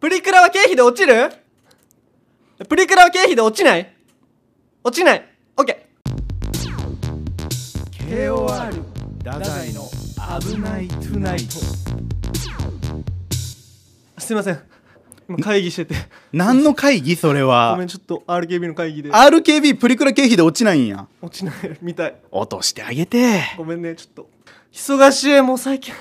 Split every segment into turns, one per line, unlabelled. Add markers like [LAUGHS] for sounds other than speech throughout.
プリクラは経費で落ちるプリクラは経費で落ちない落ちない OK
KOR 太宰の危ないトゥナイト
すいません今会議してて
何の会議それ
ご
は
めんちょっと RKB の会議で
RKB プリクラ経費で落ちないんや
落ちないみたい
落としてあげて
ごめんねちょっと忙しいもう最近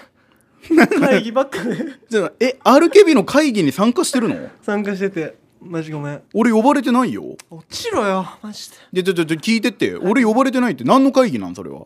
会議ばっかで
じゃあえ RKB の会議に参加してるの
参加しててマジごめん
俺呼ばれてないよ
落ちろよマジ
でちょちょちょ聞いてって俺呼ばれてないって何の会議なんそれは
で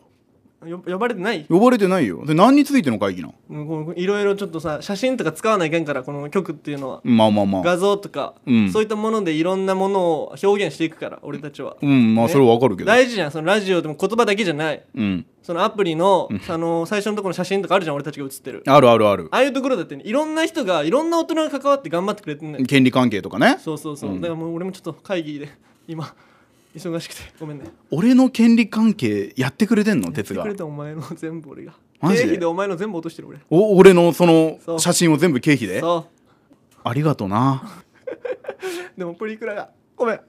よ呼ばれてない
呼ばれてないよで何についての会議なん
うんこのいろいろちょっとさ写真とか使わないかんからこの曲っていうのは
まあまあまあ
画像とか、
うん
そういったものでいろんなものを表現していくから俺たちは、
うんまあ
ね
それはわかるけど、
大事じゃんそのラジオでも言葉だけじゃない
うん
そのアプリの,、あの最初のところの写真とかあるじゃん俺たちが写ってる
あるあるある
ああいうところだってねいろんな人がいろんな大人が関わって頑張ってくれてんだよ
権利関係とかね
そうそうそう、だからもう俺もちょっと会議で今忙しくてごめんね
俺の権利関係やってくれてんの哲
言って
が
くれたお前の全部俺が
マジで
経費でお前の全部落としてる俺
お俺のその
そう
写真を全部経費で
そ
ありがとな
うでもプリクラがごめん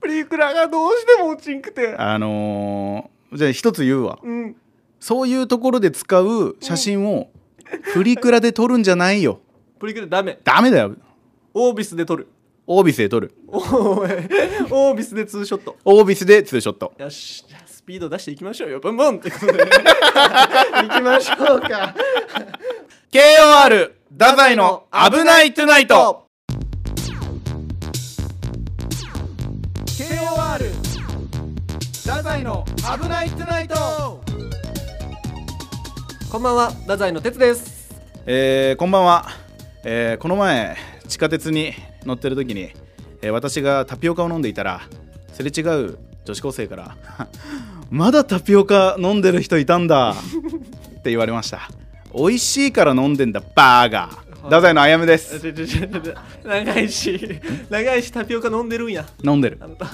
プリクラがどうしても落ちんくて
あのーじゃあ一つ言うわ
うん
そういうところで使う写真をプリクラで撮るんじゃないよ
プリクラダメ
ダメだよ
オービスで撮る
オービスで撮る
おいオービスでツーショット
オービスでツーショット
よしじゃあスピード出していきましょうよブンブンってことでいきましょうか
KOR 太宰の「危ないトゥナイト
KOR 太宰の「危ないトゥナイト」こんばんは太宰の哲です」
えーこんばんは、えーこの前地下鉄に乗ってる時に、えー私がタピオカを飲んでいたらすれ違う女子高生から [LAUGHS] 「まだタピオカ飲んでる人いたんだ」って言われました美味しいから飲んでんだバーガー太宰のあやめで
あ
す
ちょちょちょちょ長いし長いしタピオカ飲んでるんや
飲んでる
あなた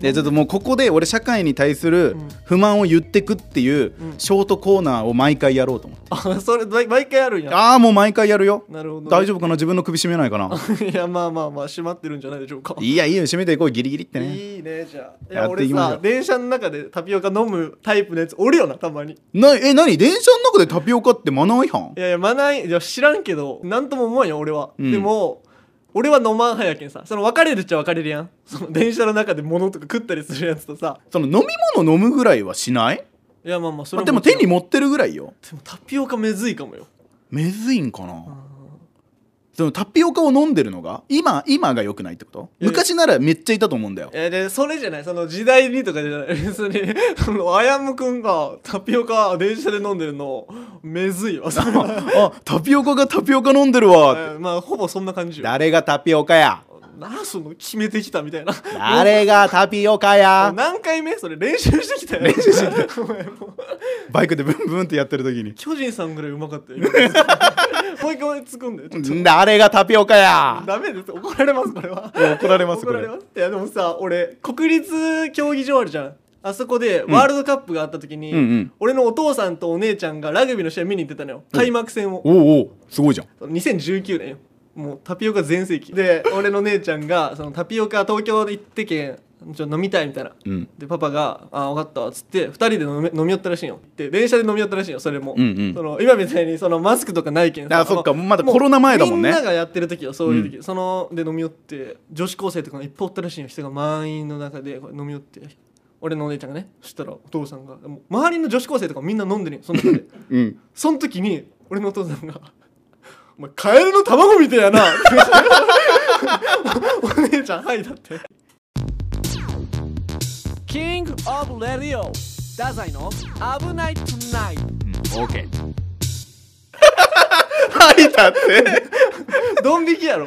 でちょっともうここで俺社会に対する
うん
不満を言ってくっていう
うん
ショートコーナーを毎回やろうと思って、
あそれ毎毎回あるんや
ああもう毎回やるよ
なるほどね、
大丈夫かな自分の首絞めない
[LAUGHS]
かな
いやまあまあまあ閉まってるんじゃないでしょうかい
いいやいいよ締めていこうギリギリってね
いねじゃあいや
やって
俺
いきましょう
さ電車の中でタピオカ飲むタイプのやつおるよなたまにい
なえ何電車の中でタピオカってマナー違反
やいやまあないいや知らんけどなんとも思わんよ俺は、
うん
でも俺は飲まんはやけんさその別れるっちゃ別れるやんその電車の中で物とか食ったりするやつとさ
その飲み物飲むぐらいはしない
いやまあまあそ
あ
れ
でも手に
も
持ってるぐらいよ
ちろんでもタピオカめずいかもよ
めずいんかなそのタピオカを飲んでるのが今今が良くないってこと
いやいや
昔ならめっちゃいたと思うんだよ
いやでそれじゃないその時代にとかじゃない別にそのあやむくんがタピオカ電車で飲んでるのめずいわそれは
あタピオカがタピオカ飲んでるわって
えー [LAUGHS] まあほぼそんな感じよ
誰がタピオカや
なあその決めてきたみたいな
誰がタピオカや
何回目それ練習してきたよ練習してきたお前もう
バイクでブンブンってやってる時に
巨人さんぐらいうまか [LAUGHS] ったよ今もう一回突っ込んでちょっ
誰がタピオカや
とダメです怒られますこれは
怒られま
怒
すこ
られ
れ
ますいやでもさ俺国立競技場あるじゃんあそこでワールドカップがあった時に、
うんうん
俺のお父さんとお姉ちゃんがラグビーの試合見に行ってたのよ開幕戦を
おうおうすごいじゃん
2019年よもうタピオカ全盛期で俺の姉ちゃんがそのタピオカ東京で行ってけんちょっと飲みたいみたいな、
うん
でパパが「あ分かった」っつって2人で飲み飲み寄ったらしいんよで電車で飲み寄ったらしいんよそれも、
うんうん
その今みたいにそのマスクとかないけんさ
あそっか
の
まだコロナ前だもんね
みんながやってる時よそういう時、そので飲み寄って女子高生とかがいっぱいおったらしいんよ人が満員の中でこれ飲み寄って俺のお姉ちゃんがねそしたらお父さんがもう周りの女子高生とかみんな飲んでるんよその中で
うん
その時に俺のお父さんが「お前カエルの卵みたいやな」お姉ちゃん「はい」だってキング・オブ・レディオ太宰の「危ないトゥナイト
オー [LAUGHS] ケーはいだって」
[LAUGHS] ドン引きやろ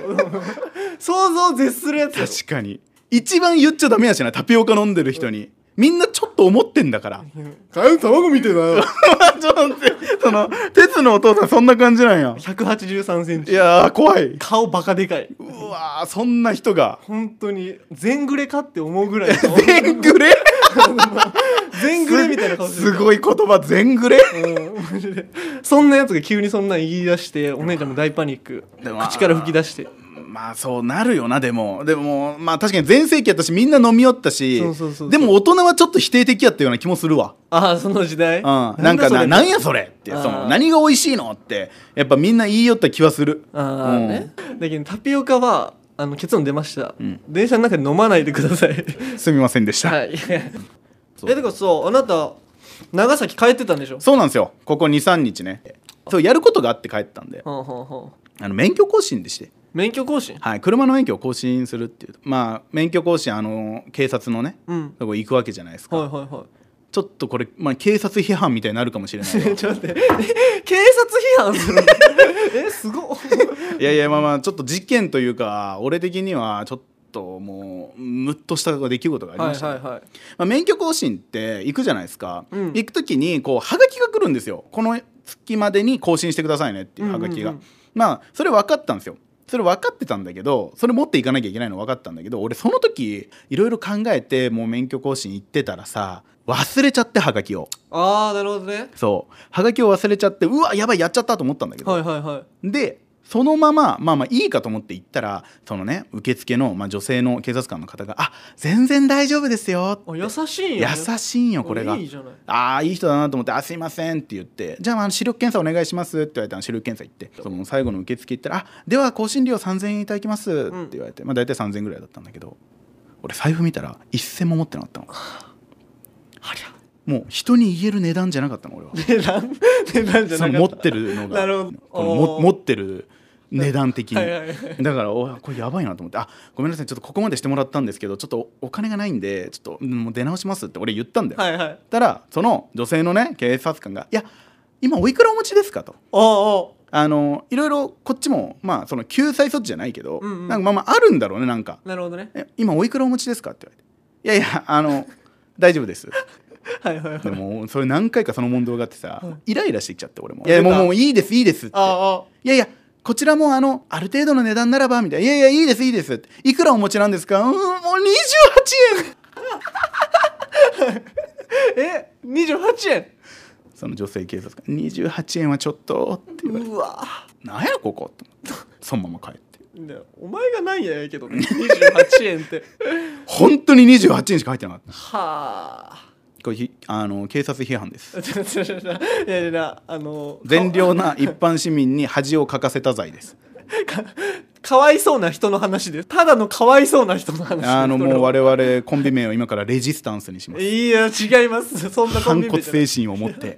想像を絶するやつやろ
確かに一番言っちゃダメやしなタピオカ飲んでる人にみんなちょっと思ってんだから
カエルの卵みたいな
ちょっと待ってその鉄のお父さんそんな感じなんや
1 8 3セン
い
チ
やー怖い
顔バカでかいう
わーそんな人が
本当に全グレかって思うぐらいの
全グレ
全グレみたいな顔してる
すごい言葉全グレ
うんマジでそんなやつが急にそんなん言い出してお姉ちゃんも大パニック
でも
口から吹き出して
まあそうなるよなでもでもまあ確かに全盛期やったしみんな飲み寄ったし
そうそうそうそう
でも大人はちょっと否定的やったような気もするわ
ああその時代
うん、なんかななんやそ
れ
れって
あー
その何が美味しいのってやっぱみんな言いよった気はする
ああね、だけどタピオカはあの結論出ました、
うん
電車の中で飲まないでください
すみませんでした、
はい
そう
えだからそうあなた長崎帰ってたんでしょ
そうなんですよここ23日ねそうやることがあって帰ったんで
はんはんはん
あの免許更新でして、
免許更新
はい、車の免許を更新するっていうまあ免許更新あの警察のね
うん
とこ行くわけじゃないですか、
はいはいは
ちょっとこれ、まあ、警察批判みたいになるかもしれないわ
い [LAUGHS] ちょっと待ってえ警察批判する [LAUGHS] のえすごっ
いやいやまあまあちょっと事件というか俺的にはちょっともうムッとした出来事があり
は
ま
い
した、
はいはい
まあ、免許更新って行くじゃないですか、
うん
行く時にこうはがきが来るんですよこの月までに更新してくださいねっていうはがきが、
うんうんうん
まあそれ分かったんですよそれ分かってたんだけどそれ持っていかなきゃいけないの分かったんだけど俺その時いろいろ考えてもう免許更新行ってたらさ忘れちゃってはがきを
ああなるほどね
そうはがきを忘れちゃってうわやばいやっちゃったと思ったんだけど、
はいはいはい
でそのまままあまあいいかと思って行ったらそのね受付の、まあ、女性の警察官の方が「あ全然大丈夫ですよ」
あ優しいよ、ね、
優しいんよこれが
あいいじゃない
ああいい人だなと思って「あすいません」って言って「じゃあまあ視力検査お願いします」って言われたの視力検査行ってその最後の受付行ったら「あでは更新料3,000円いただきます」って
ん
言われて、まあ大体3,000円ぐらいだったんだけど俺財布見たら1,000も持ってなかったの
ありゃ
もう人に言える値段じゃなかったの俺は
値段値段じゃな
その
か
持
った
ってるのが
なるほど
このも
おー
持ってる値段的に
はいはいは
だからおこれやばいなと思って「あごめんなさいちょっとここまでしてもらったんですけどちょっとおお金がないんでちょっともう出直します」って俺言ったんだよ、
はいはい
ったらその女性のね警察官が「いや今おいくらお持ちですか?」と。
おうおう
あのいろいろこっちもまあその救済措置じゃないけど、
うんうん
なんかまあまああるんだろうねなんか
なるほどね
「え今おいくらお持ちですか?」って言われて「いやいやあの大丈夫です」
はいはい [LAUGHS] はい
でもそれ何回かその問答があってさ、
は
イライラしてきちゃって俺も「い
出た
やもうもういいですいいです」って「
あ
いやいやこちらもあのある程度の値段ならば」みたいな「いやいやいいですいいです」って「いくらお持ちなんですか?」うんもう28円
あえ二28円
その女性警察官「28円はちょっと」って言われて
うわ
なんやここって思ってそのまま帰って
ねお前がなんややけどね28円 [LAUGHS] って
本当に28円しか入ってなかった
はあ
これひあの警察批判です
ちょちょちょちょいやいやいやあの
善
[LAUGHS]
良な一般市民に恥をかかせた罪です
かかわいそうな人の話ですただのかわいそうな人の話です
あの
これ
もう
は
我々コンビ名を今からレジスタンスにします
いや違いますそんなコン
反
ビ名じ
骨
ゃない
精神を持って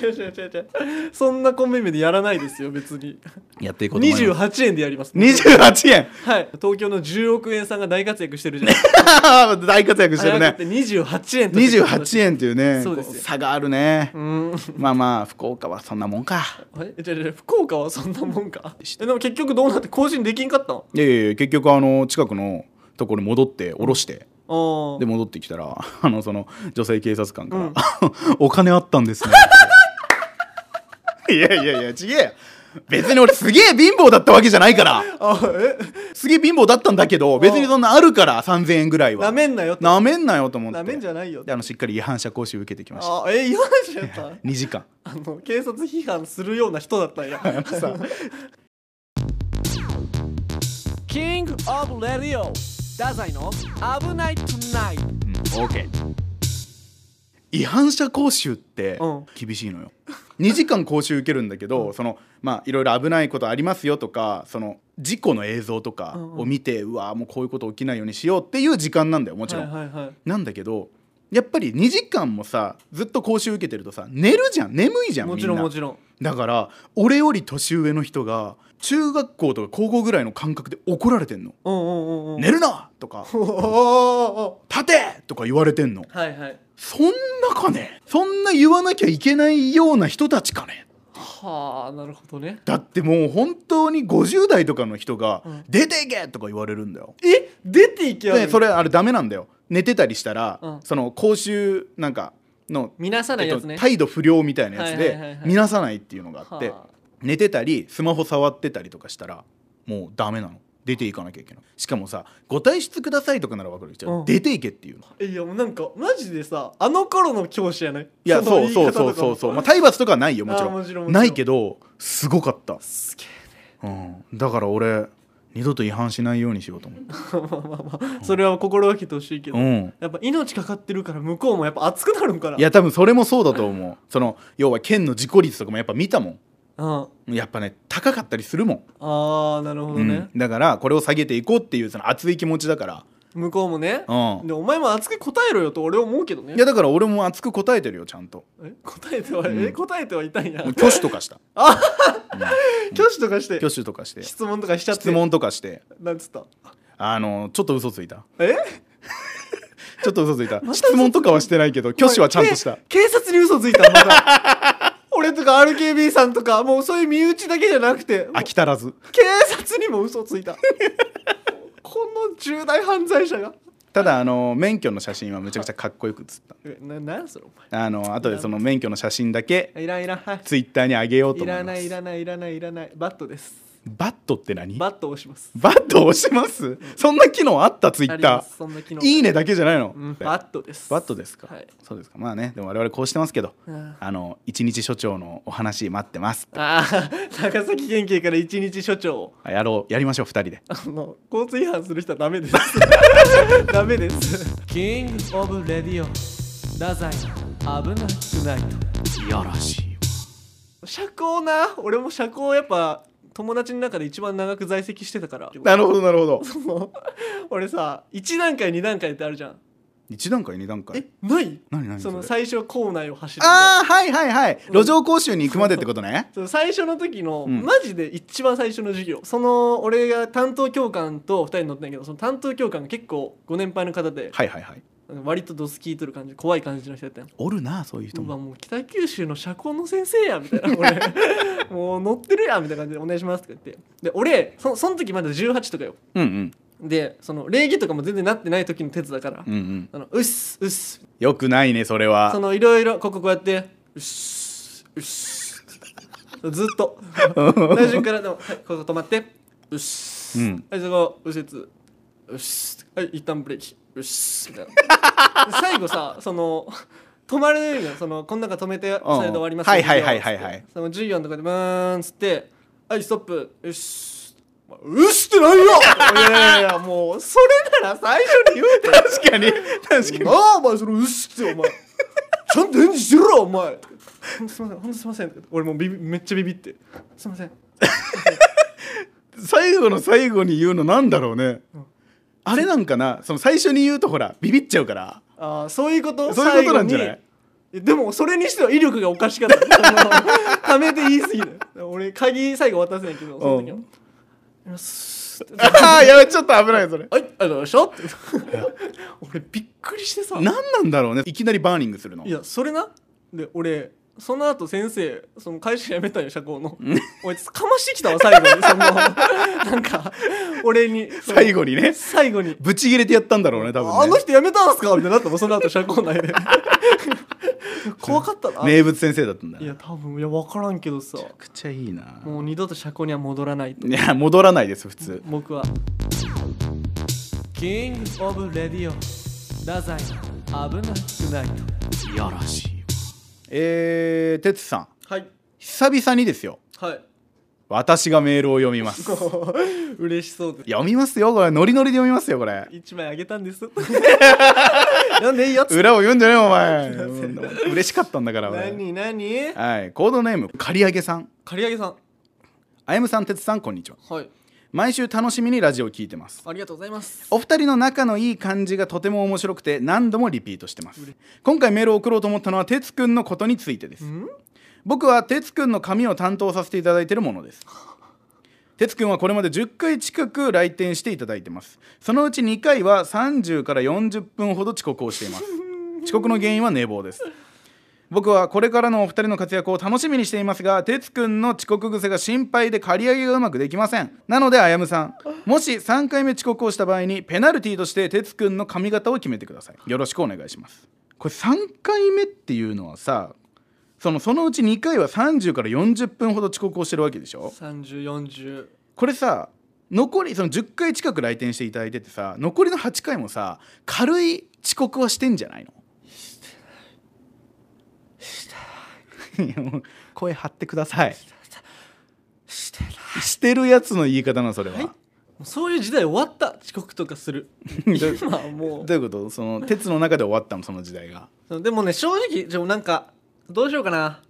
違う違う違う違うそんなコンビ名でやらないですよ別に
やっていこうと思います
28円でやります
28円 [LAUGHS]
はい東京の10億円さんが大活躍してるじゃないですか
大活躍してる
だっ
ね
て28円とか言ってます
28円っていうね
そうですよ
こう差があるね
うーん
まあまあ福岡はそんなもんか
えじゃあじゃあ福岡はそんなもんかえでも結局どうなって更新できんかったの
いやいやいや結局あの近くのところに戻って降ろして
ああ
で戻ってきたらあのその女性警察官から
うん
「お金あったんですね」 [LAUGHS] いやいやいやちげえよ別に俺すげえ貧乏だったわけじゃないから
あえ
すげえ貧乏だったんだけど別にそんなあるから3000円ぐらいは
なめんなよと
なめんなよと思って
なめんじゃないよ
であのしっかり違反者講習受けてきました
あえ言わなかっ
2時間
たあの警察批判するような人だった
[LAUGHS]
んや
さ
キングオブレディオダザイの危ないトゥナイト
うん OK 違反者講習って
うん
厳しいのよ、2時間講習受けるんだけど、そのまあいろいろ危ないことありますよとかその事故の映像とか
うんうん
を見て、うわーもうこういうこと起きないようにしようっていう時間なんだよもちろん、
はいはいはい
なんだけどやっぱり2時間もさずっと講習受けてるとさ寝るじゃん眠いじゃん
もちろん
みんな
もちろん
だから俺より年上の人が中学校とか高校ぐらいの感覚で怒られてんの
うんうんうんう
「
ん
寝るな!」
[LAUGHS]
とか
おーお
「立て!」とか言われてんの
ーおーはいはい
そんなかねそんな言わなきゃいけないような人たちかね
はあなるほどね
だってもう本当に50代とかの人が
うん
「出ていけ!」とか言われるんだよ。
え出ていけ
でそ
れ
れあれダメなんだよ寝てたりしたら、
うん
その講習なんかの、
見なさない
え
や
っ
つ
と
ね、
態度不良みたいなやつ
はいはいはい
で
はい
見なさないっていうのがあって
はあ
寝てたりスマホ触ってたりとかしたらもうダメなの出ていかなきゃいけないしかもさ「ご退出ください」とかなら分かるけど、
うん
出ていけっていうの
いやもうなんかマジでさあの頃の教師やない
いや
の
そう
言
そう
方とか
そ
も
うそうそう、まあ、体罰とかはないよもちろん
あーもちろんもちろん
ないけどすごかった、
すげえ
うん、だから俺二度と違反しないようにしようと思って
まあまあまあそれは心がけてほしいけど、
うん
やっぱ命かかってるから向こうもやっぱ熱くなるんかない
や多分それもそうだと思うその要は県の事故率とかもやっぱ見たも
うん
んやっぱね高かったりするもん、
ああなるほどね、
うんだからこれを下げていこうっていうその熱い気持ちだから
向こうもね、
うん
でお前も熱く答えろよと俺は思うけどね
いやだから俺も熱く答えてるよちゃんと
え答えては、
うん
え答えてはいたんや
もう挙手とか [LAUGHS] した
[LAUGHS] 挙手とかして
挙手とかして
質問とかしちゃって
質問とかして
なんつった
あのちょっと嘘ついた
え
ちょっと嘘ついた質問とかはしてないけど挙手はちゃんとし
お
た
前け警察に嘘ついた [LAUGHS] まだ俺とか RKB さんとかもうそういう身内だけじゃなくてもう
飽き足らず
警察にも嘘ついた [LAUGHS] この重大犯罪者が
ただあの免許の写真はめちゃくちゃかっこよく写った
えななんやそれお前
あの後でその免許の写真だけ
いらんいらんはい
ツイッターに上げようと
い
思い
ら
ま
な
す
いいらないいらないいらないバットです
バットって何バ
バットを押します
ット押しますそんな機能あったツイ
あ
ッ
りま
タ
すそんな機能
ーいいねだけじゃないの、
うん
バ
バットです
ットですか、
はい
そうですかまあねでも我々こうしてますけど
あ
あの一日所長のお話待ってます
あー [LAUGHS] 長崎県警から一日署長を
あやろうやりましょう二人で
あの交通違反する人はダメです [LAUGHS] ダメですキングオブレディオ太宰危なくない
いやらしい
と社交な俺も社交やっぱ友達の中で一番長く在籍してたから
なるほどなる
[LAUGHS]
ほど
その俺さ1段階2段階ってあるじゃん
一段階二段階
えない
何何
その
それ
最初校内を走る
ああはいはいはい路上講習に行くまでってことね
その最初の時の、
うん
マジで一番最初の授業その俺が担当教官と2人乗ってんだけどその担当教官が結構ご年配の方で
はいはいはい
割とドス聞いとる感じ怖い感じの人やったん
おるなそういう人
うわ
も
もう北九州の社交の先生やみたいな俺
[LAUGHS]
もう乗ってるやみたいな感じで「お願いします」とか言ってで俺そその時まだ18とかよ
うんうん
でその礼儀とかも全然なってない時の鉄だから
うんうん
「あのうっすうっす」
よくないねそれは
そのいろいろこここうやってうっすうっすずっ
[LAUGHS]
と大丈夫からでも、はい、ここ止まってうっす、
うん
はいそこ右折うっすはい一旦ブレーキうっすみたいな
[LAUGHS]
で最後さその止まれるよそのこん中止めて
うん
再度終わります
はいはいはいはいはい
その授業のとこでブーンっつってはいストップうっすうっすって
[LAUGHS]
ないよいやいやいやもうそれなら最初に言うて [LAUGHS]
確かに確かに
なあお前そのうっすってお前ちゃんと返事しろお前ほんとすいませんほんとすいません俺もうビビめっちゃビビってすいません
最後の最後に言うのなんだろうね、あれなんかなその最初に言うとほらビビっちゃうから
ああそういうこと
そういうことなんじゃない
最後にえでもそれにしては威力がおかしかった [LAUGHS] ためて言い過ぎる俺鍵最後渡せないけどその時は
う
「よし
[LAUGHS] ああやべちょっと危ないそ
は
れ
いありがとうございました」って俺びっくりしてさ
何なんだろうねいきなりバーニングするの
いやそれなで俺その後先生その会社辞めたんよ社交のおいつかましてきたわ最後にそ [LAUGHS] のなんか俺にその
最後にね
最後に
ぶち切れてやったんだろうね多分ね
あの人辞めたんすかみたいになったもんその後社交 [LAUGHS] 内で怖かったな、
名物先生だったんだ
い
めち
や多分いや分からんけどさ
ゃくちゃいいな
もう二度と社交には戻らないと
いや戻らないです普通
僕はキングオブレディオ太宰危なくない
いやらしいえー、てつさん
はい
久々にですよ
はい
私がメールを読みます
[LAUGHS] 嬉しそうです
読みますよこれノリノリで読みますよこれ
一枚あげたんです [LAUGHS] なんでいいやつ
裏を読んじゃねえお前うん嬉しかったんだから俺
何何
はい、コードネーム刈り上げさん
刈り上げさん
あやむさんてつさんこんにちは
はい
毎週楽しみにラジオを聞いてます
ありがとうございます
お二人の仲のいい感じがとても面白くて何度もリピートしてます今回メールを送ろうと思ったのはてつくんのことについてです
ん
僕はてつくんの髪を担当させていただいているものですてつくんはこれまで10回近く来店していただいてますそのうち2回は30から40分ほど遅刻をしています遅刻の原因は寝坊です僕はこれからのお二人の活躍を楽しみにしていますが哲くんの遅刻癖が心配で刈り上げがうまくできませんなのであやむさんもし3回目遅刻をした場合にペナルティーとして哲くんの髪型を決めてくださいよろしくお願いしますこれ3回目っていうのはさそのそのうち2回は30から40分ほど遅刻をしてるわけでしょ
3040
これさ残りその10回近く来店していただいててさ残りの8回もさ軽い遅刻はしてんじゃないのして [LAUGHS] ないしてない声張ってください
してない
してるやつの言い方なのそれは、
はいうそういう時代終わった遅刻とかする [LAUGHS] 今はもう
どういうことその鉄の中で終わったのその時代が [LAUGHS]
そうでも [LAUGHS] ね正直でもなんかどうしようかな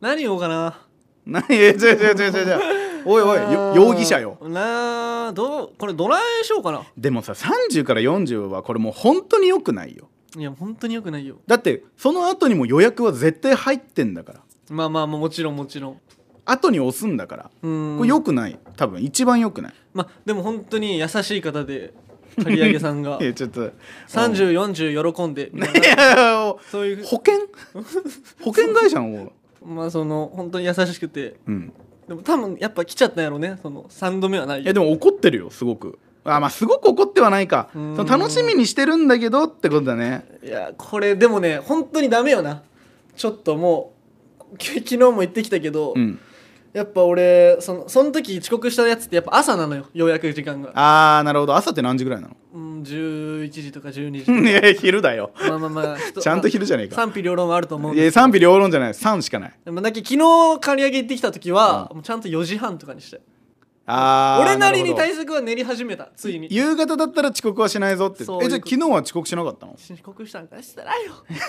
何言おうかな
何え違う違う違う違う違うおいおいよ容疑者よ
なあどうこれどないしようかな
でもさ30から40はこれもう本当に良くないよ
いや本当によくないよ
だってその後にも予約は絶対入ってんだから
まあまあもちろんもちろん
後に押すんだから
うん
これ良くない多分一番良くない
まあでも本当に優しい方で刈り上げさんが [LAUGHS]
いやちょっと
3040喜んでみたい
い
な
やお
そういう
保険保険会社
[LAUGHS]
の
まあその本当に優しくて
うん
でも多分やっぱ来ちゃったんやろねその3度目はない
い
よ
やでも怒ってるよすごくあまあすごく怒ってはないか
う
そ
ーん
の楽しみにしてるんだけどってことだね
いやこれでもね本当にダメよなちょっともうき昨日も言ってきたけど、
うん
やっぱ俺そのその時遅刻したやつってやっぱ朝なのよようやく時間が、
ああなるほど朝って何時ぐら
[LAUGHS]
いなの
うん、11時とか12時
いや昼だよ
まあまあまあ人
[LAUGHS] ちゃんと昼じゃねえか
賛否両論はあると思うん
い
で
や
すけど
賛否両論じゃない3しかない
でもだけど昨日刈り上げ行ってきた時は、
う
もうちゃんと4時半とかにして
あー
俺なりに
るほど
対策は練り始めたついに
夕方だったら遅刻はしないぞってえじゃ
そ
あ
ういう
昨
こと
日は遅刻しなかったの
遅刻したんかしたらよ遅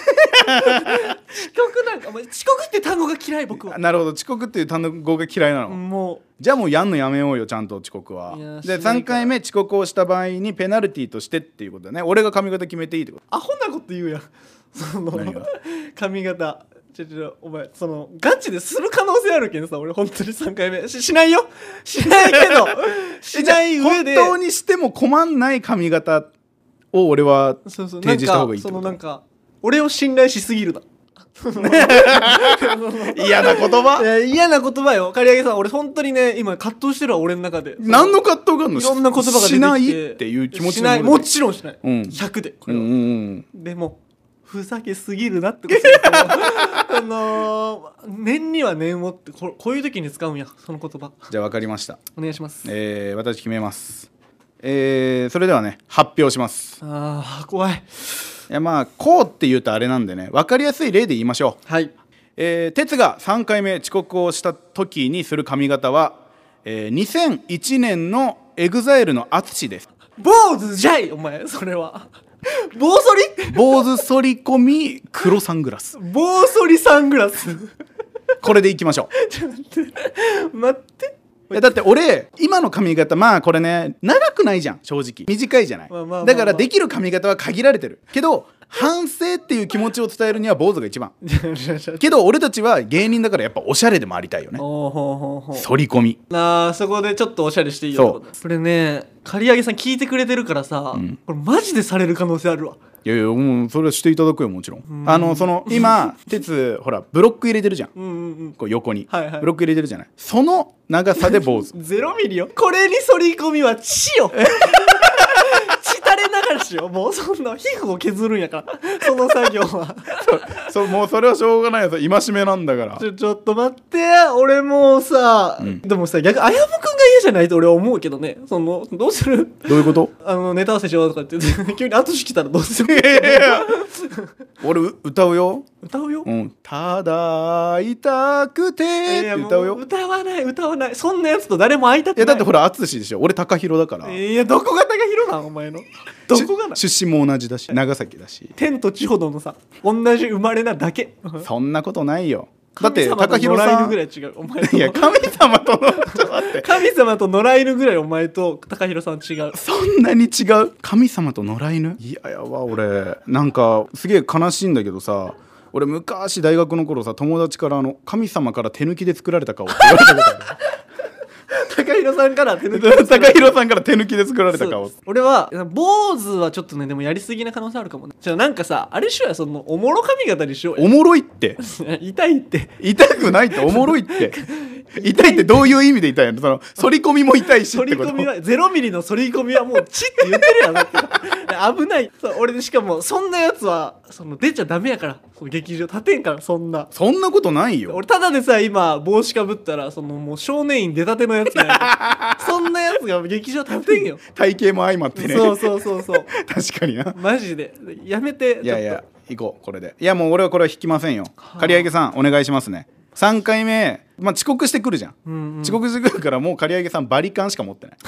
刻なんかお前遅刻って単語が嫌い僕は
あなるほど遅刻っていう単語が嫌いなの、
も
じゃあもうやんのやめようよちゃんと遅刻はい
やしな
で
いから
3回目遅刻をした場合にペナルティーとしてっていうことだね俺が髪型決めていいってこ
うアホなこと言うやんその
何が
髪型ちょちょお前そのガチでする可能性あるけんさ俺本当に3回目ししないよし
[LAUGHS]
ないけど
と
しない上で
えじゃあ本当にしても困んない髪型を俺は
そうそう
提示した方がいいって
なんかその
こと
なんか俺を信頼しすぎる [LAUGHS]
[LAUGHS]
だ
嫌な言
い
葉
や嫌な言葉よ刈り上げさん俺本当にね今葛藤してるわ俺の中で
何の葛藤があるの
いろんな言葉が出てきて
しないっていう気持ち
し
の
ない
も
も
とで
ちろんしない、
うん
100でこ
う
れ
ん
は、
うんうん
でもふざけすぎるなってことで
[LAUGHS]
すよあのー念には念をってここういう時に使うんやその言葉
じゃあ分かりました
お願いします
えー私決めますえーそれではね発表します
あー怖い
いやまあこうって言うとあれなんでね分かりやすい例で言いましょう
はい
えー哲が3回目遅刻をした時にする髪型は、えー2001年のエグザイルの淳です
坊主じゃいお前それは坊剃り
坊主剃り込み黒サングラス
坊剃りサングラス
これでいきましょ
[LAUGHS] ちょっと待って待
[LAUGHS]
って
ういやだって俺今の髪型まあこれね長くないじゃん正直短いじゃない、
まあまあまあまあ
だからできる髪型は限られてるけど反省っていう気持ちを伝えるには坊主が一番けど俺たちは芸人だからやっぱおしゃれでもありたいよね
おーほうほうほう
反り込み
なあそこでちょっとおしゃれしていいよ
そう
これね刈り上げさん聞いてくれてるからさ、
ん
これマジでされる可能性あるわ
いやいやもうそれはしていただくよもちろんあの
[LAUGHS]
その今鉄ほらブロック入れてるじゃん
うんうんうん
こう横に、
はいはい
ブロック入れてるじゃないその長さで
[LAUGHS]
坊主
ゼロミリよこれに反り込みは血よ [LAUGHS] 血垂れ流しよもうそんな皮膚を削るんやからその作業
[LAUGHS]
は
そうもうそれはしょうがないよ戒めなんだから
ちょちょっと待って俺もうさ、
ん
でもさ逆にあやむくんが家じゃないと俺は思うけどねそのどうする
どういうこと
[LAUGHS] あのネタ合わせしようとかって言って急に後し来たらどうする
俺う歌うよ、
歌うよ、
うん、ただ会いたくて
い
って
やも
歌うよ
歌わない歌わないそんなやつと誰も会いたく
い
ない
やだってほら淳でしょ俺高弘だから
いやどこが高広なんお前のどこがな
し出身も同じだし長崎だし
天と地ほどのさ同じ生まれなだ
[LAUGHS]
け
そんなことないよだって
神様
高
と
弘
野良
さ
犬ぐ
ん
らい違うお前
いや
と
神様とのちょっ [LAUGHS] と待って
神様と野良犬ぐらいお前と高弘さん違う
そんなに違う神様と野良犬いややわ俺なんかすげえ悲しいんだけどさ俺昔大学の頃さ友達からあの神様から手抜きで作られた顔って言われたことあ
高弘さんから手抜き
る [LAUGHS] 高弘さんから手抜きで作られた顔
俺は坊主はちょっとねでもやりすぎな可能性あるかもねじゃあなんかさあれしようやそのおもろ髪型にしよう
おもろいって
や [LAUGHS] 痛いって
痛くないっておもろいって痛いってどういう意味で痛いのその反り込みも痛いしっ
反り
てこと
込みはゼロミリの反り込みはもうチって言ってるやんだって
[LAUGHS]
危ないそう俺でしかもそんなやつはその出ちゃダメやからその劇場立てんからそんな
そんなことないよ
俺ただでさえ今帽子かぶったらそのもう少年院出たてのやつが
[LAUGHS]
そんなやつが劇場立てんよ
体型も相まってね
そうそうそうそう
確かにな
マジでやめて
いやいや行こうこれでいやもう俺はこれは引きませんよ
あ
刈り上げさんお願いしますね3回目、まあ、遅刻してくるじゃん、
うんうん
遅刻してくるからもう刈り上げさんバリカンしか持ってない [LAUGHS]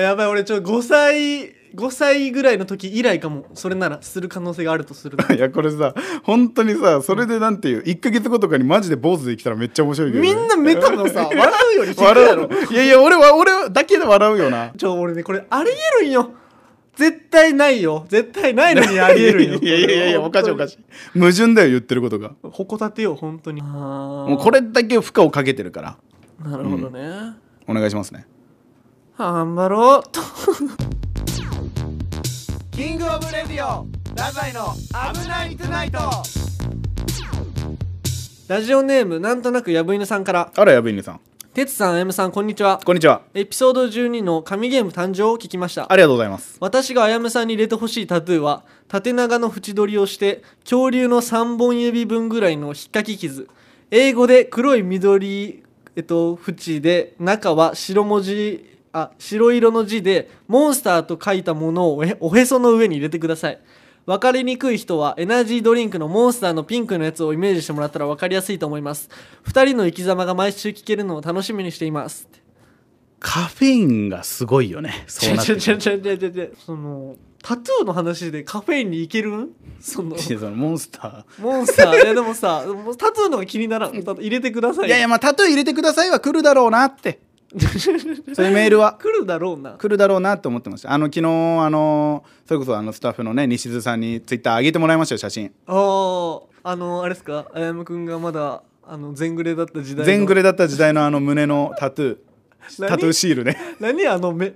やばい俺ちょっと5歳5歳ぐらいの時以来かもそれならする可能性があるとすると
いやこれさ本当にさそれでなんていう1か月後とかにマジで坊主できたらめっちゃ面白いけど、
み
ね、
んなメタの
[LAUGHS]
さ笑うより低いだ
笑
ろ
ういやいや俺は俺はだけで笑うよな
ちょ俺ねこれありえるんよ絶対ないよ絶対ないのにありえるんよ
いやいやいやいやおかしいおかし
い
い矛盾だよ言ってることが
ほこたてよ本当にも
もうこれだけ負荷をかけてるから
なるほどね、
お願いしますね
頑張ろうと
キングオブレディオラザイの危ないトゥナイト
ラジオネームなんとなくやぶ犬さんから
あらやべ犬さん
てつさんあやむさんこんにちは
こんにちは
エピソード12の神ゲーム誕生を聞きました
ありがとうございます
私があやむさんに入れてほしいタトゥーは縦長の縁取りをして恐竜の3本指分ぐらいの引っかき傷英語で黒い緑、えっと、縁で中は白文字あ白色の字でモンスターと書いたものをおへおへその上に入れてください分かりにくい人はエナジードリンクのモンスターのピンクのやつをイメージしてもらったら分かりやすいと思います2人の生き様が毎週聞けるのを楽しみにしています
カフェインがすごいよねそうなって
ち
く
ょ
る
ちょちょちょちょちょそのタトゥーの話でカフェインに行けるんその
そのモンスタ
モンスターいやでもさもうタトゥーのが気にならんタトゥー入れてくださ
ー
い
いやいやまあタトゥー入れてくださいは来るだろうなってそういうメールは
来るだろうな
来るだろうなって思ってましたあの昨日あのそれこそあのスタッフのね西津さんにツイッター上げてもらいましたよ写真
あーあのあれですかあやむくんがまだあの全グレだった時代の
全グレだった時代のあの胸のタトゥー
何
タトゥーシールね
何あの目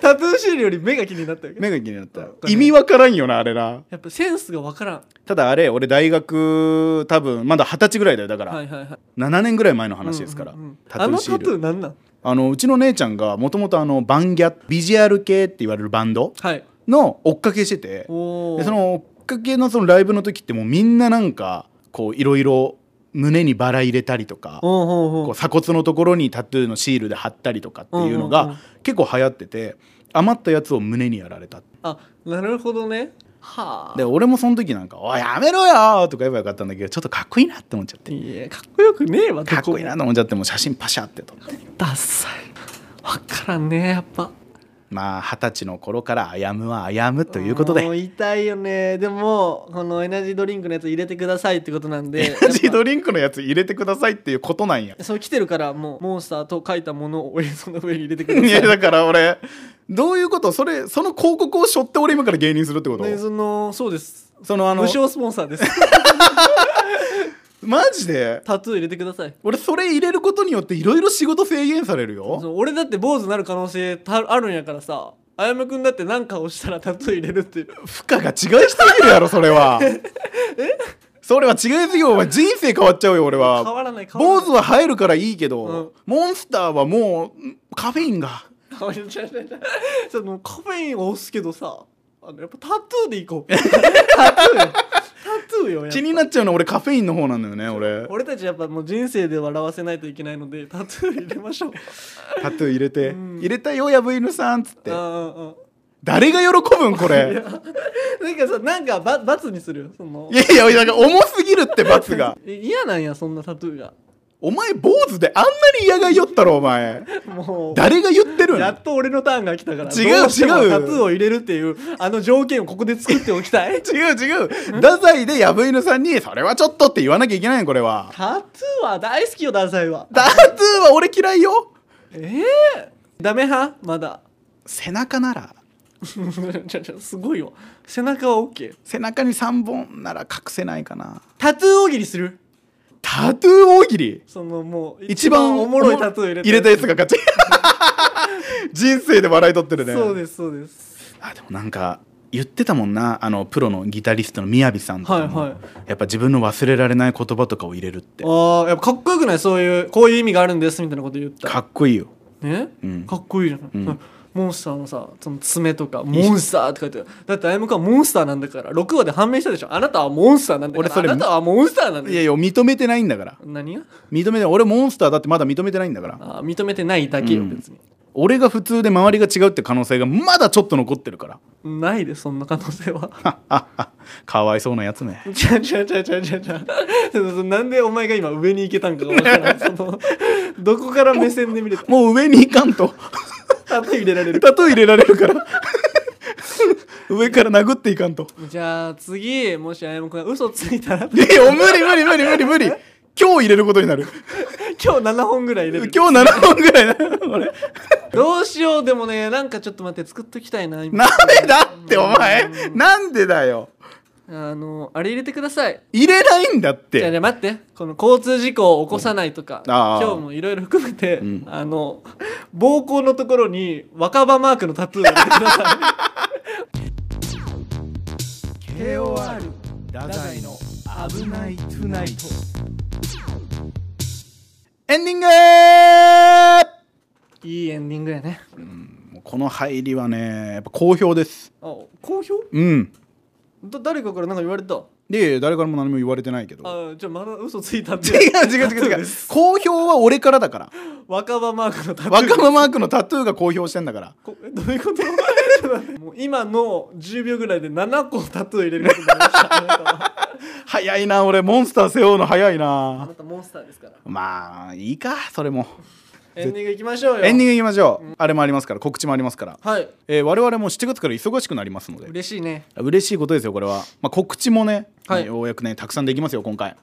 タトゥーシールより目が気になったよ
目が気になった
うん
[LAUGHS] 意味わからんよなあれな
やっぱセンスがわからん
ただあれ俺大学多分まだ二十歳ぐらいだよだから、
はいはいはい
7年ぐらい前の話ですから、
うんうんうん
タトゥーシー
あのタトゥ
ル
ーなんなん
あのうちの姉ちゃんがもともとあのバンギャビジュアル系って言われるバンド
はい
の追っかけしてて
おお
でその追っかけのそのライブの時ってもうみんななんかこういろいろ胸にバラ入れたりとか
おうおうおう
こう鎖骨のところにタトゥーのシールで貼ったりとかっていうの
うんうんう
が
ん
結構流行ってて余ったやつを胸にやられた
あなるほどねはあ
で俺もその時なんか「おいやめろよ!」とか言えばよかったんだけどちょっとかっこいいなって思っちゃって
いやかっこよくねえわ
かっこいいなと思っちゃってもう写真パシャってと
ダッサいわからんねやっぱ
まあ二十歳の頃から歩むは歩むということ
も
で
う痛いよねでもこのエナジードリンクのやつ入れてくださいってことなんで
[LAUGHS] エナジー
やっ
ドリンクのやつ入れてくださいっていうことなんや [LAUGHS]
ぱそう来てるからもうモンスターと書いたものをおへその上に入れてくださ
い
い
やだから俺どういうことそれその広告を背負って俺今から芸人するってこと
ねそのそうです
そのあの
無償スポンサ
[LAUGHS]
ーです
マジで
タトゥー入れてください
俺それ入れることによっていろいろ仕事制限される
そ
よ
う俺だって坊主になる可能性たあるんやからさあやむくんだって何かをしたらタトゥー入れるっていう
負荷が違いすぎるやろそ
[LAUGHS]
れはそれは違いすぎるお前人生変わっちゃうよ俺
変
は
わらない変わ
坊
ら
主
ない
は入るからいいけど、
うん
モンスターはもうカフェインが
変わらない違う違う違う [LAUGHS] そのカフェインを押すけどさあのやっぱタトゥーでい
[LAUGHS]
こうタトゥーよタトゥーよやっぱ
気になっちゃうの俺カフェインの方なんだよね俺
俺たちやっぱもう人生で笑わせないといけないのでタトゥー入れましょう
タトゥー入れて「
うん
入れたよやぶ犬さん」っつって
あああ
誰が喜ぶんこ
あいや
れ
なんかさなんかば罰にするよその
いやいやいやなんか重すぎるって罰が
え嫌なんやそんなタトゥーが
お前坊主であんなに嫌がいよったろお前
もう
誰が言ってる
や
の
っと俺のターンが来たから
違う
どしても
違う
タトゥーを入れるっていうあの条件をここで作っておきたい
[LAUGHS] 違う違う太宰でやぶ犬さんに「それはちょっと」って言わなきゃいけないのこれは
タトゥーは大好きよダサいは
タトゥーは俺嫌いよ
ええダメ派まだ
背中なら
[LAUGHS] ちょちょすごいよ背中は OK
背中に3本なら隠せないかな
タトゥー大喜利する
タトゥー大喜利
そのもう
一番
おもろいタトゥー入れて
入れたやつが勝ち人生で笑い取ってるね
そうですそうです
あでもなんか言ってたもんなあのプロのギタリストの宮城さんとかも、
はいは
やっぱ自分の忘れられない言葉とかを入れるって
ああやっぱかっこよくないそういうこういう意味があるんですみたいなこと言った
かっこいいよ
ね、
うん
かっこいいじゃない、
うん
モンスターのさその爪とか「モンスター」って書いてあるだってあやむくんはモンスターなんだから6話で判明したでしょあなたはモンスターなんだから
俺それ
あなたはモンスターなんだ
い
よ
やいや認めてないんだから
何が
認めてない俺モンスターだってまだ認めてないんだから
あー認めてないだけよ
うん
別に、
俺が普通で周りが違うって可能性がまだちょっと残ってるから
ないでそんな可能性は
はっはっはかわいそうなやつめ
ちゃうちゃうちゃうちゃうちゃうちゃうそのそのなんでお前が今上に行けたんかが分からんそのどこから目線で見れた
もう上に行かんと [LAUGHS]
タトゥー入れられる
タトゥー入れられるから [LAUGHS] 上から殴っていかんと
じゃあ次もしあやむくんが嘘ついたら
いや無理無理無理無理無理今日入れることになる
今日7本ぐらい入れ
今
る
日7本ぐらいな [LAUGHS] これ
どうしようでもねなんかちょっと待って作っときたいな今
なんでだってお前なんでだよ
あのあれ入れてください
入れないんだっ
じゃあ
て
ね待ってこの交通事故を起こさないとか
うんあ
今
あ
日もいろいろ含めて、
ん
あの膀胱のところに若葉マークのタトゥーを入れてください
KOR ダダイの危ないトゥナイトエンディング
いいエンディングやね
この入りはねやっぱ好評です
あ好評
うん
だ誰かからなんか言われた
で誰からも何も言われてないけど
あじゃあまだ嘘ついたっ
違う
て
違う違う違う好評は俺からだから
若葉マークのタトゥー
若者マークのタトゥーが好評してんだから
こえどういうことちょっと [LAUGHS] 待ってもう今の10秒ぐらいで7個タトゥー入れることになりましたあ [LAUGHS] なたは
早いな俺モンスター背負うの早い
あ
な
なたモンスターですから
まあいいかそれも
エンディングいきましょうよ
エンディングいきましょう、あれもありますから告知もありますから、
はい
えー我々も7月から忙しくなりますので
嬉しいね
嬉しいことですよこれは、まあ、告知もね、
はい
ようやくねたくさんできますよ今回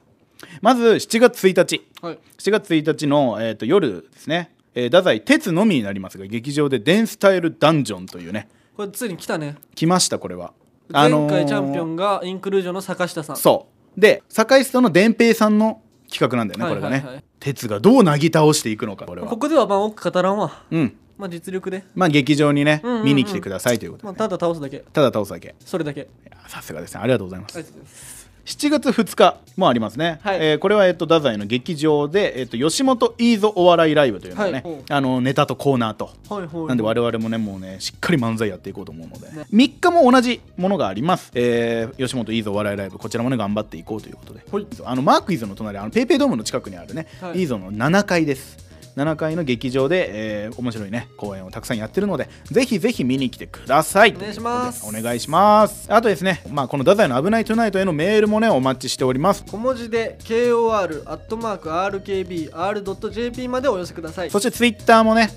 まず7月1日
はい
7月1日の、えー、と夜ですね、えー、太宰鉄のみになりますが劇場で「デンスタイルダンジョン」というね
これついに来たね
来ましたこれは
前
のー
回チャンピオンがインクルージョンの坂下さん
そうで堺市の伝平さんの企画なんだよねこれがね、
はいはいはい
鉄がどうなぎ倒していくのかこれは
ここではまあ多く語らんわ
うん
まあ実力で、
まあ劇場にね、
んうんうん
見に来てくださいということ
ま
で、
あ、ただ倒すだけ
ただ倒すだけい
それだけあ
やさすがですねありがとうございます
りがとうございます
7月2日もありますね、
はい
えーこれは、えっと太宰の劇場で、えっと吉本いいぞお笑いライブというのがね、
はい
あのネタとコーナーと、
はいはい
なんで我々もねもうねしっかり漫才やっていこうと思うので、
ね
3日も同じものがあります、えー吉本いいぞお笑いライブこちらもね頑張っていこうということで、
はい
あのマークイズの隣あのペイペイドームの近くにあるね、
はい
い、いぞの7階です7階の劇場で、えー面白いね公演をたくさんやってるのでぜひぜひ見に来てください
お願いします
お願いしますあとですね、まあ、この太宰の「危ないトゥナイト」へのメールもねお待ちしております
小文字で kor.rkbr.jp までお寄せください
そしてツイッターもね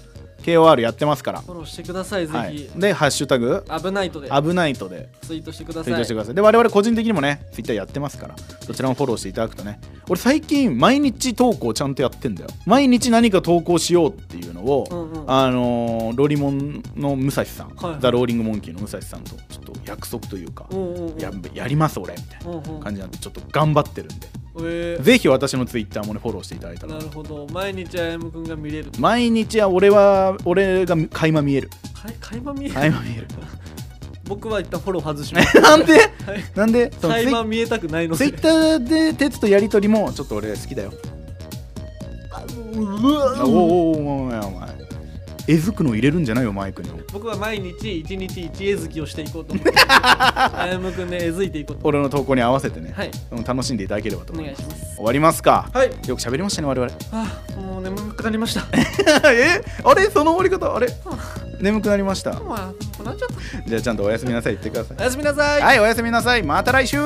KOR やってますから
フォローしてくださいぜ
はい
ひ、、
で「ハッシュタグ
危ないとで
危ないと」で
ツイートしてくだ
ツイ
さ
ート
い
してください。で、我々個人的にもね、ツイッターやってますから、どちらもフォローしていただくとね、俺最近毎日投稿ちゃんとやってんだよ。毎日何か投稿しようっていうのを、
うんうん
あのーロリモンの武蔵さん、
はいはい
ザ・ローリング・モンキーの武蔵さんとちょっと約束というか、
うんうんうん
ややります俺みたい
うんうん
な感じなんで、ちょっと頑張ってるんで、
え
ぜひ私のツイッターもね、フォローしていただいた
ー、
ら
な。るほど毎日あやむくんが見れる
毎日は俺は、俺が垣間見える。
かい垣間見える、
垣間見える。
僕は一旦フォロー外します
[LAUGHS] なんで
はい
なんでそのツイ
垣間見えたくないの
ツイ
で
ッターで鉄とやりとりもちょっと俺好きだよ。おおお前お前。えずくの入れるんじゃないよマイクに。
僕は毎日一日一えずきをしていこうと
[LAUGHS]
思ってあやむくんでえずいていこうと
俺の投稿に合わせてね、
はい
うん楽しんでいただければと
お
思い
願
ま
い
す。
します
終わりますか。
はい
よく喋りましたね我々。 [LAUGHS]
あーもう眠くなりました
えあれその終わり方あれ眠くなりました。
まあこうなっちゃっ
じゃあちゃんとおやすみなさい言ってください
たお。やすみなさい
はいおやすみなさいまた来週。